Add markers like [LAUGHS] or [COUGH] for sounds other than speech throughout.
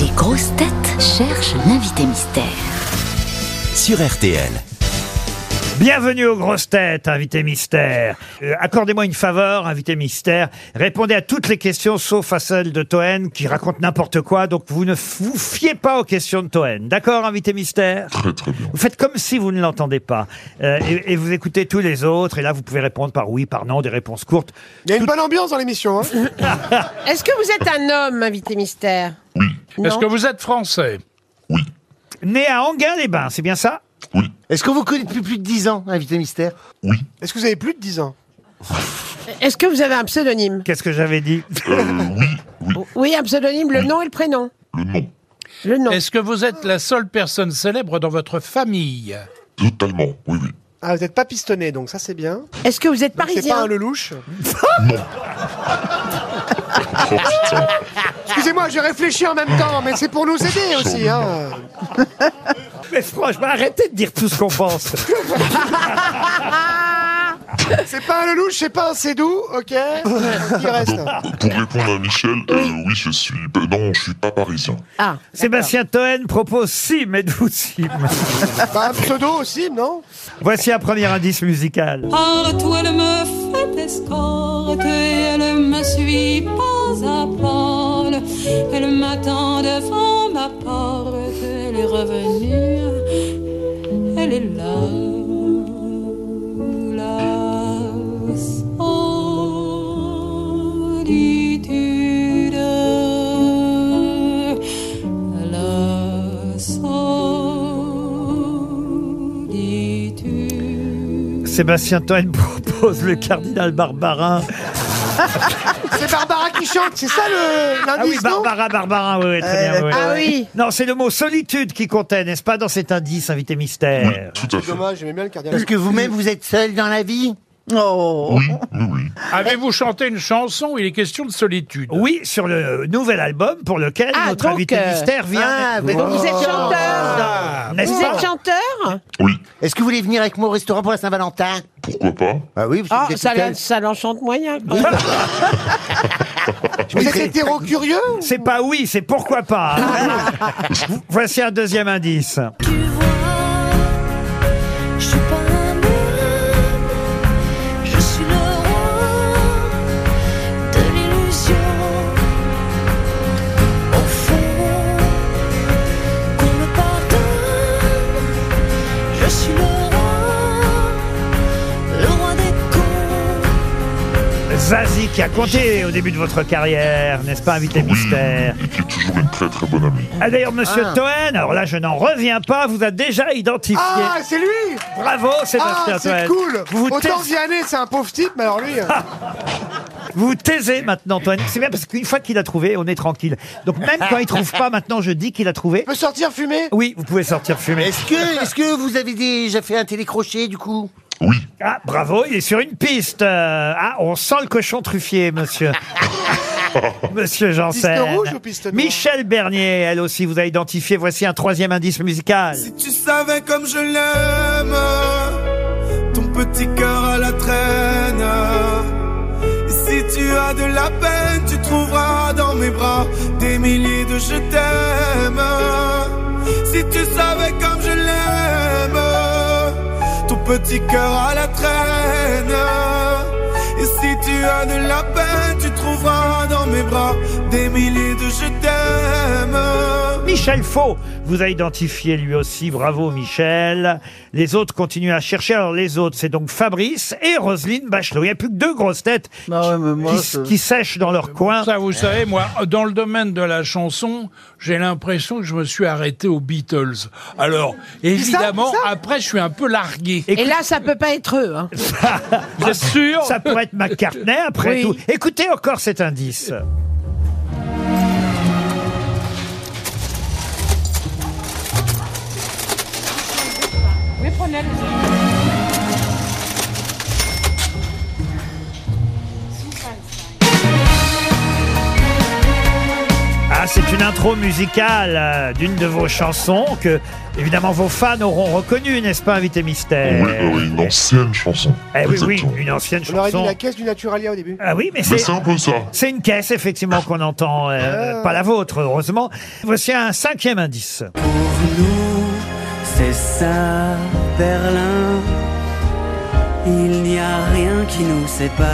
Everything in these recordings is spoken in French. Les grosses têtes cherchent l'invité mystère. sur RTL. Bienvenue aux grosses têtes, invité mystère. Euh, Accordez-moi une faveur, invité mystère. Répondez à toutes les questions sauf à celle de Toen qui raconte n'importe quoi. Donc vous ne f- vous fiez pas aux questions de Toen. D'accord, invité mystère Très très bien. Vous faites comme si vous ne l'entendez pas. Euh, et, et vous écoutez tous les autres. Et là, vous pouvez répondre par oui, par non, des réponses courtes. Il y a une bonne ambiance dans l'émission. Hein Est-ce que vous êtes un homme, invité mystère Oui. Est-ce que vous êtes français Né à Anguin-les-Bains, c'est bien ça [LAUGHS] Est-ce qu'on vous connaît depuis plus de 10 ans, invité mystère Est-ce que vous avez plus de 10 ans Est-ce que vous avez un pseudonyme Qu'est-ce que j'avais dit [LAUGHS] Oui, un pseudonyme, le nom et le prénom. Le nom, Le nom. Est-ce que vous êtes la seule personne célèbre dans votre famille totalement, oui, oui. Ah, vous n'êtes pas pistonné, donc ça c'est bien. Est-ce que vous êtes C'est pas un parisien Lelouch. Oh putain, Excusez-moi, j'ai réfléchi en même temps, mais c'est pour nous aider aussi. Hein. Mais franchement, arrêtez de dire tout ce qu'on pense. C'est pas un Lelouch, c'est pas un Cédou, ok Qui reste pour répondre à Michel, euh, oui, je suis. ben non, je suis pas parisien. Ah, Sébastien Toen propose Sim, êtes-vous Sim Bah, Un pseudo aussi, non Voici un premier indice musical. Par toi, elle me fait escorte et elle me suit pas à pas. Elle m'attend devant ma porte. Elle est revenue, elle est là. La solitude. La solitude. Sébastien Toen [LAUGHS] propose le cardinal Barbarin. Ah C'est Barbara qui chante, c'est ça le- Ah oui, l'indice, non Barbara Barbarin, oui, oui, très bien. oui, ah oui. oui. Non, c'est le mot solitude qui comptait, n'est-ce pas, dans cet indice, invité mystère Tout à fait. Dommage, j'aimais bien le cardinal. Parce que vous-même, vous êtes seul dans la vie Oui, oui, oui. Avez-vous chanté une chanson où il est question de solitude Oui, sur le nouvel album pour lequel Ah, notre donc, invité euh, mystère vient. ah, mais Vous êtes chanteur N'est-ce Vous pas êtes chanteur Oui, Est-ce que vous voulez venir avec moi au restaurant pour la Saint-Valentin pourquoi pas Ah oui, Ah, parce que vous êtes ça, tout l'en- seul. ça l'enchante moyen. quoi. Vous êtes hétéro-curieux C'est pas oui, c'est pourquoi pas. Ah. Voici un deuxième indice. Tu vois, je suis pas un moulin, je suis le roi de l'illusion. Au fond, qu'on me pardonne, je suis le roi, le roi des cons. Zazie qui a compté au début de votre carrière, n'est-ce pas, invité Oui, mystère et qui est toujours une très très bonne amie. Ah, D'ailleurs, monsieur Toen, alors là, je n'en reviens pas, vous a déjà identifié. Ah, c'est lui Bravo, Sébastien Ah, c'est Toen. cool Vous vous Autant taisez- Vianney, c'est un pauvre type, mais alors lui... euh, Vous vous taisez maintenant, Toen. C'est bien parce qu'une fois qu'il a trouvé, on est tranquille. Donc même quand il trouve pas, maintenant je dis qu'il a trouvé. peut sortir fumer Oui, vous pouvez sortir fumer. Est-ce que, est-ce que vous avez déjà fait un télécrochet, du coup Oui, Ah, bravo, il est sur une piste. Euh, ah, on sent le cochon truffier, [LAUGHS] monsieur. monsieur Janssen. Piste rouge ou piste noire Michel Bernier, elle aussi, vous a identifié. Voici un troisième indice musical. Tu savais comme je l'aime, ton petit cœur à la traîne. Et si tu as de la peine, tu trouveras dans mes bras des milliers de je t'aime. Si tu savais comme je l'aime, ton petit cœur à la traîne. Et si tu as de la peine, tu trouveras dans mes bras des milliers de je t'aime. Michel Faux vous a identifié lui aussi. Bravo, Michel. Les autres continuent à chercher. Alors, les autres, c'est donc Fabrice et Roselyne Bachelot. Il n'y a plus que deux grosses têtes Non, mais moi, qui, je- qui sèchent dans leur coin. Ça, vous savez, moi, dans le domaine de la chanson, j'ai l'impression que je me suis arrêté aux Beatles. Alors, évidemment, après, je suis un peu largué. Et là, ça peut pas être eux. hein. Vous êtes sûr Ah, Ça pourrait être McCartney, après Oui. tout. Écoutez encore cet indice. Ah, c'est une une intro musicale euh, d'une de vos chansons que, évidemment, vos fans auront reconnue, n'est-ce pas, Invité Mystère Oui, euh, une ancienne chanson. Eh oui, oui, Exactement. une ancienne On aurait dit chanson. la caisse du Naturalia au début. Ah oui, mais Mais c'est... c'est un peu ça. C'est une caisse, effectivement, qu'on entend, Ah. euh, pas la vôtre, heureusement. Voici un cinquième indice. C'est ça, Berlin. Il n'y a rien qui nous sépare.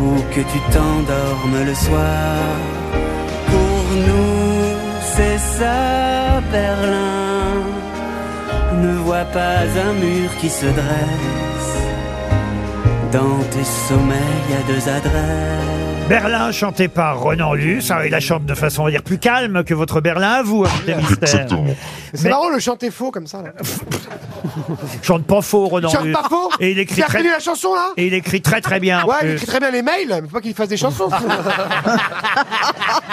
Ou que tu t'endormes le soir. Pour nous, c'est ça, Berlin. Ne vois pas un mur qui se dresse. Dans tes sommeils à deux adresses. Berlin, chanté par Renan Luce. Ah, il la chante de façon, on va dire, plus calme que votre Berlin, à vous, Invité Mystère. Exactement. C'est Mais- marrant le chanter faux comme ça. Là. Chante pas faux, Renan Chante Luce. pas faux Et il Tu écrit as très... reconnu la chanson là Et il écrit très très bien. en Ouais, il plus. écrit très bien les mails, mais pas qu'il fasse des chansons. Ah,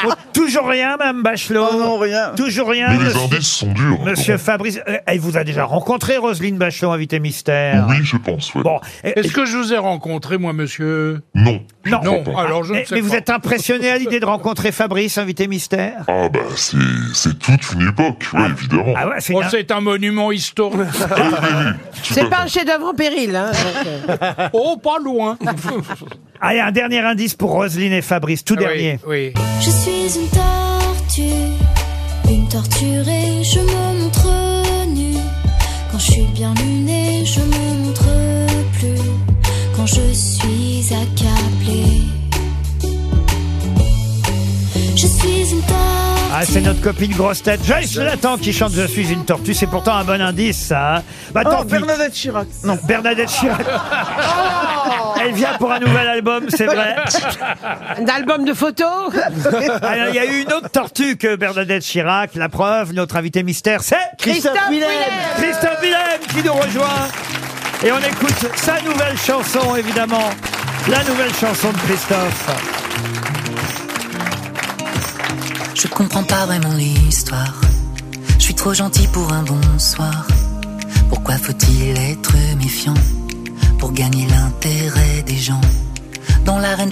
Oh, toujours rien, Mme Bachelot. rien. Toujours rien. Mais les monsieur- indices sont durs. hein, Monsieur Fabrice, euh, elle vous a déjà rencontré, Roselyne Bachelot, invité mystère. Oui, je pense, ouais. Bon, euh, Est-ce que je vous ai rencontré, moi, monsieur Non. Non. Je crois Non, pas. alors je euh, ne mais sais vous pas. êtes impressionné à l'idée de rencontrer Fabrice, invité mystère Ah bah, c'est c'est toute une époque, ouais, évidemment. Eh, Ah ouais, c'est Oh, une- c'est un monument historique. [LAUGHS] C'est pas un chef-d'œuvre en péril. Hein, donc, euh. oh, pas loin. Allez, un dernier indice pour Roselyne et Fabrice, tout dernier. Ah Oui, oui. Je suis une tortue, une torturée, je me montre nue. Quand je suis bien lunée, je me montre plus. Quand je suis accablée, je suis une tortue. Ah, c'est notre copine grosse tête, Joyce Jonathan qui chante Je suis une tortue. C'est pourtant un bon indice, ça. hein. Bah, tant Oh, pis. Bernadette Chirac. Oh. Non. Bernadette Chirac. Elle vient pour un nouvel album, [LAUGHS] c'est vrai. Un album de photos Alors, Ah, il y a eu une autre tortue que Bernadette Chirac. La preuve, notre invité mystère, c'est Christophe Willem. Christophe Willem qui nous rejoint. Et on écoute sa nouvelle chanson, évidemment. La nouvelle chanson de Christophe. Je comprends pas vraiment l'histoire. Je suis trop gentil pour un bonsoir. Pourquoi faut-il être méfiant pour gagner l'intérêt des gens Dans l'arène,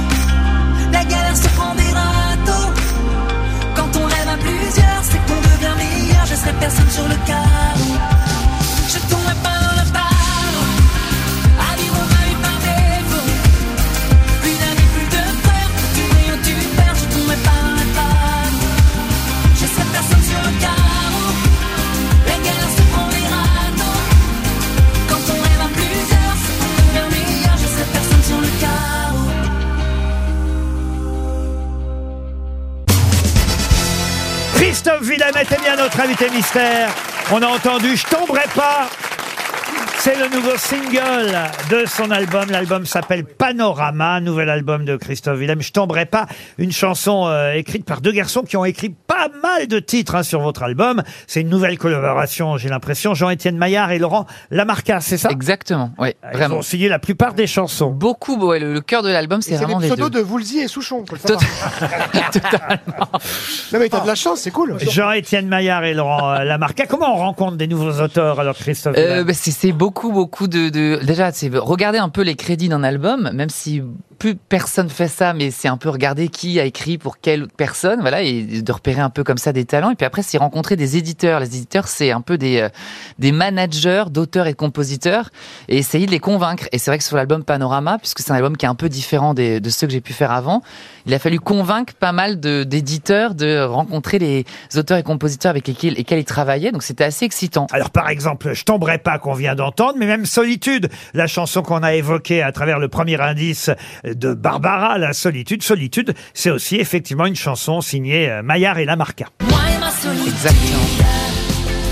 la galère se prend des râteaux. Quand on rêve à plusieurs, c'est qu'on devient meilleur. Je serai personne sur le carreau. Je tomberai pas dans le panneau. À vivre ma vie par défaut. Plus d'amis, plus de frères. Tu brilles ou tu perds. Je tomberai pas dans le panneau. Je serai personne sur le carreau. Les galères se prend les rats. notre invité mystère. On a entendu Je tomberai pas. C'est le nouveau single de son album. L'album s'appelle Panorama, nouvel album de Christophe Willem. Je tomberai pas. Une chanson euh, écrite par deux garçons qui ont écrit pas mal de titres hein, sur votre album. C'est une nouvelle collaboration, j'ai l'impression. Jean-Étienne Maillard et Laurent Lamarca, c'est ça Exactement, oui. Ah, Ils ont signé la plupart des chansons. Beaucoup, ouais, le, le cœur de l'album, c'est C'est les vraiment les pseudos deux. de Woolsey et Souchon, faut le savoir. [LAUGHS] non Oh. mais t'as de la chance, c'est cool. Jean-Étienne Maillard et Laurent euh, Lamarca. Comment on rencontre des nouveaux auteurs alors, Christophe Euh, bah, c'est c'est beaucoup, beaucoup de, de- déjà, c'est regarder un peu les crédits d'un album, même si plus personne fait ça, mais c'est un peu regarder qui a écrit pour quelle personne, voilà, et de repérer un peu comme ça des talents. Et puis après, c'est rencontrer des éditeurs. Les éditeurs, c'est un peu des euh, des managers d'auteurs et de compositeurs, et essayer de les convaincre. Et c'est vrai que sur l'album Panorama, puisque c'est un album qui est un peu différent des- de ceux que j'ai pu faire avant, il a fallu convaincre pas mal de- d'éditeurs de rencontrer les auteurs et compositeurs avec lesquels, lesquels ils travaillaient. Donc c'était assez excitant. Alors par exemple, Je tomberai pas qu'on vient d'entendre, mais même Solitude, la chanson qu'on a évoquée à travers le premier indice de Barbara, la Solitude. Solitude, c'est aussi effectivement une chanson signée euh, Maillard et Lamarca. Moi et ma solitude.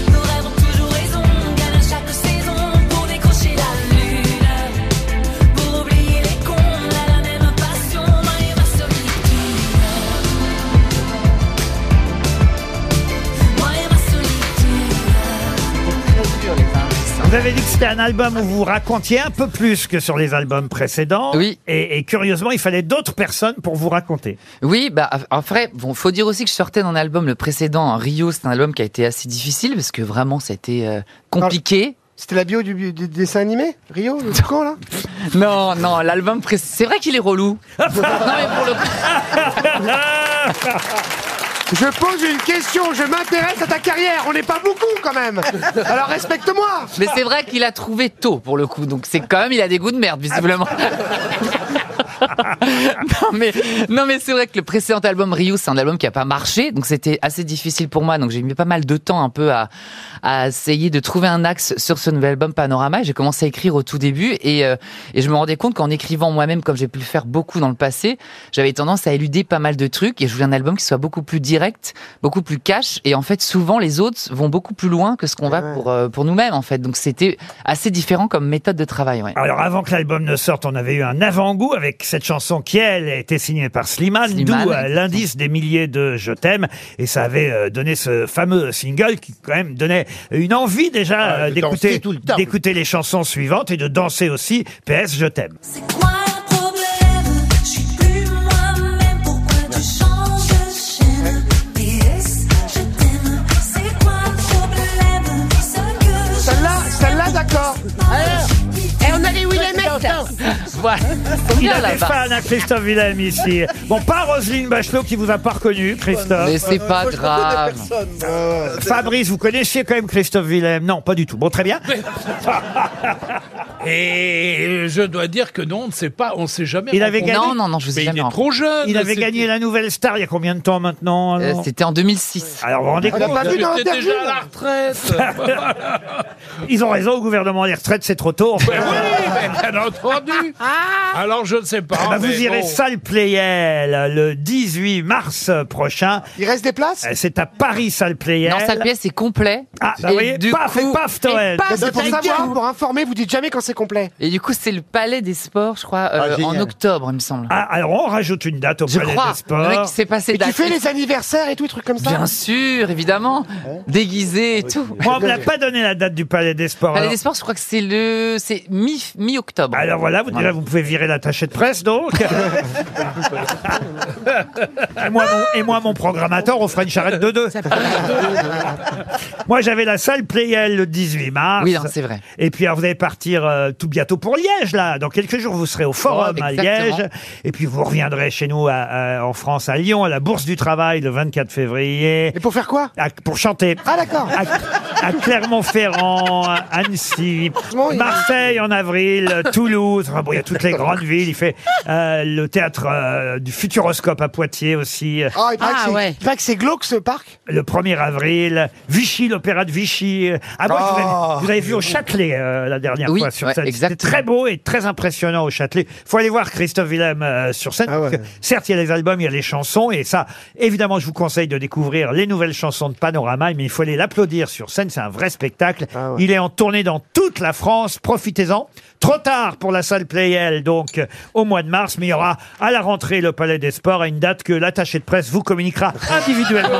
Nos rêves ont toujours raison. On gagne à chaque saison pour décrocher la lune. Pour oublier les cons, on a la même passion. Moi et ma solitude. Moi et ma solitude. Vous avez dit que c'était un album où vous racontiez un peu plus que sur les albums précédents. Oui. Et, et curieusement, il fallait d'autres personnes pour vous raconter. Oui, bah après, bon, faut dire aussi que je sortais d'un album, le précédent, hein, Rio, c'est un album qui a été assez difficile parce que vraiment, ça a été euh, compliqué. C'était la bio du, du- du dessin animé Rio, le camp là Non, non, l'album précédent, c'est vrai qu'il est relou. non mais pour le Je pose une question, je m'intéresse à ta carrière, on n'est pas beaucoup quand même Alors respecte-moi Mais c'est vrai qu'il a trouvé tôt pour le coup, donc c'est quand même il a des goûts de merde visiblement. non mais non mais c'est vrai que le précédent album Rio c'est un album qui a pas marché, donc c'était assez difficile pour moi, donc j'ai mis pas mal de temps un peu à, à essayer de trouver un axe sur ce nouvel album Panorama. J'ai commencé à écrire au tout début et euh, et je me rendais compte qu'en écrivant moi-même comme j'ai pu le faire beaucoup dans le passé, j'avais tendance à éluder pas mal de trucs et je voulais un album qui soit beaucoup plus direct, beaucoup plus cash et en fait souvent les autres vont beaucoup plus loin que ce qu'on va pour euh, pour nous-mêmes en fait. Donc c'était assez différent comme méthode de travail. ouais. Alors avant que l'album ne sorte, on avait eu un avant-goût avec cette chanson qui, elle, a été signée par Slimane, Slimane, d'où euh, l'indice des milliers de Je t'aime, et ça avait euh, donné ce fameux single qui, quand même, donnait une envie déjà euh, d'écouter d'écouter les chansons suivantes et de danser aussi PS Je t'aime. Quoi le problème Je suis plus moi-même. Pourquoi tu changes de chaîne PS, je t'aime. C'est quoi le problème Celle-là, celle-là d'accord Eh, Alors, et on a les Willemettes Il bien a des là-bas. fans à Christophe Willem ici. Bon, pas Roselyne Bachelot qui vous a pas reconnu, Christophe. Mais Euh, c'est pas grave. Fabrice, vous connaissiez quand même Christophe Willem Non, pas du tout. Bon, très bien. Et je dois dire que non, on ne sait pas, on ne sait jamais. Il avait gagné. rencontré. Mais Il est trop jeune. Il avait c'est- gagné la nouvelle star il y a combien de temps maintenant Euh, C'était en 2006. Alors vous vous rendez On compte l'a pas vu dans J'étais l'interview, déjà à la là. [LAUGHS] Ils ont raison, au gouvernement des retraites, c'est trop tôt. Ben oui, mais bien entendu. Alors je ne sais pas. Ah bah, vous mais irez bon. salle Playel le 18 mars prochain. Il reste des places Euh, C'est à Paris salle Playel. Non, sa pièce est complet. Ah, bah, Et vous voyez, du paf et coup- paf, Toël. Mais Ah, C'est de pour ta savoir, gueule. pour informer, vous dites jamais quand c'est complet. Et du coup, c'est le Palais des Sports, je crois, euh, en octobre, il me semble. Ah, alors on rajoute une date au je Palais crois. des Le mec qui Sports. s'est passé Et tu d'acte. fais les anniversaires et tout, les trucs comme ça Bien sûr, évidemment. Hein Déguisé et tout. Moi, on ne l'a pas donné la date du Palais des Sports. Palais Ah alors. des Sports, je crois que c'est le, c'est mi, mi-octobre. Alors voilà, vous, déjà, vous pouvez virer l'attaché de presse, [LAUGHS] donc. et, moi, mon, et moi, mon programmateur, on fera une charrette de deux. moi, j'avais la salle Playel le 18 mars. Oui, non, c'est vrai. Et puis, alors, vous allez partir euh, tout bientôt pour Liège, là. Dans quelques jours, vous serez au Forum Oh, à exactement. Liège. Et puis, vous reviendrez chez nous à- à- en France, à Lyon, à la Bourse du Travail, le 24 février, Et pour faire quoi à- pour chanter Ah d'accord à, à Clermont-Ferrand, printemps, à Annecy, Marseille en avril, euh, Toulouse, enfin bon, il y a toutes les grandes villes. Il fait euh, le théâtre euh, du Futuroscope à Poitiers aussi. euh, Ah, il paraît que c'est- il paraît que c'est glauque ce parc. le 1er avril, Vichy, l'opéra de Vichy. Ah, moi, je vous, Oh. avez, vous avez vu au Châtelet euh, la dernière Oui, fois sur ouais, scène. C'était exactement. très beau et très impressionnant au Châtelet. Faut aller voir Christophe Willem euh, sur scène. parce que certes, il y a les albums, il y a les chansons, et ça, évidemment, je vous conseille de découvrir les nouvelles chansons de Panorama, mais il faut aller l'applaudir sur scène. C'est un vrai spectacle. Il est en tournée dans toute la France. Profitez-en. Trop tard pour la salle Playel, donc euh, au mois de mars, mais il y aura à la rentrée le Palais des Sports à une date que l'attaché de presse vous communiquera individuellement.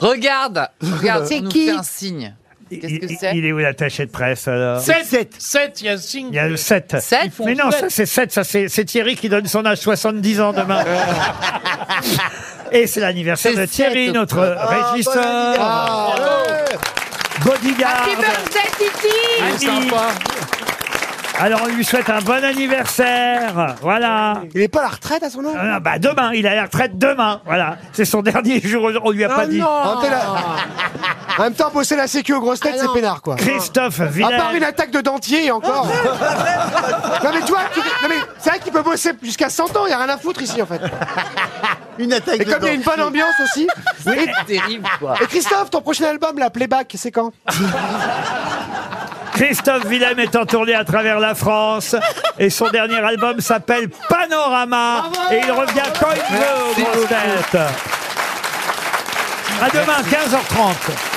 Regarde, regarde, C'est on nous qui fait un signe. Qu'est-ce que c'est Il est où l'attaché de presse alors 7, 7, il y a signe. Il y a le 7. Sept Mais non, sept. ça c'est 7, ça c'est c'est Thierry qui donne son âge 70 [LAUGHS] ans demain. Et c'est l'anniversaire C'est de Thierry, sept. notre Ah, régisseur. Bodyguard. Happy birthday, Titi Annie. Alors on lui souhaite un bon anniversaire. Voilà. Il est pas à la retraite à son âge Ah, bah, demain, il a la retraite demain. Voilà. C'est son dernier jour, on lui a Ah pas dit. En même temps, la- Oh, En même temps, bosser la sécu aux grosses têtes, c'est pénard, quoi. Christophe À Villers. part une attaque de dentier, encore. non, mais tu vois, tu- Ah, non, mais c'est vrai qu'il peut bosser jusqu'à 100 ans, il n'y a rien à foutre ici, en fait. Une attaque Et de comme il y a une bonne ambiance aussi. Et, Terrible, quoi. et Christophe, ton prochain album, la Playback, c'est quand Christophe Willem est en tournée à travers la France et son dernier album s'appelle Panorama et il revient quand il veut aux grosses têtes. À demain, 15h30.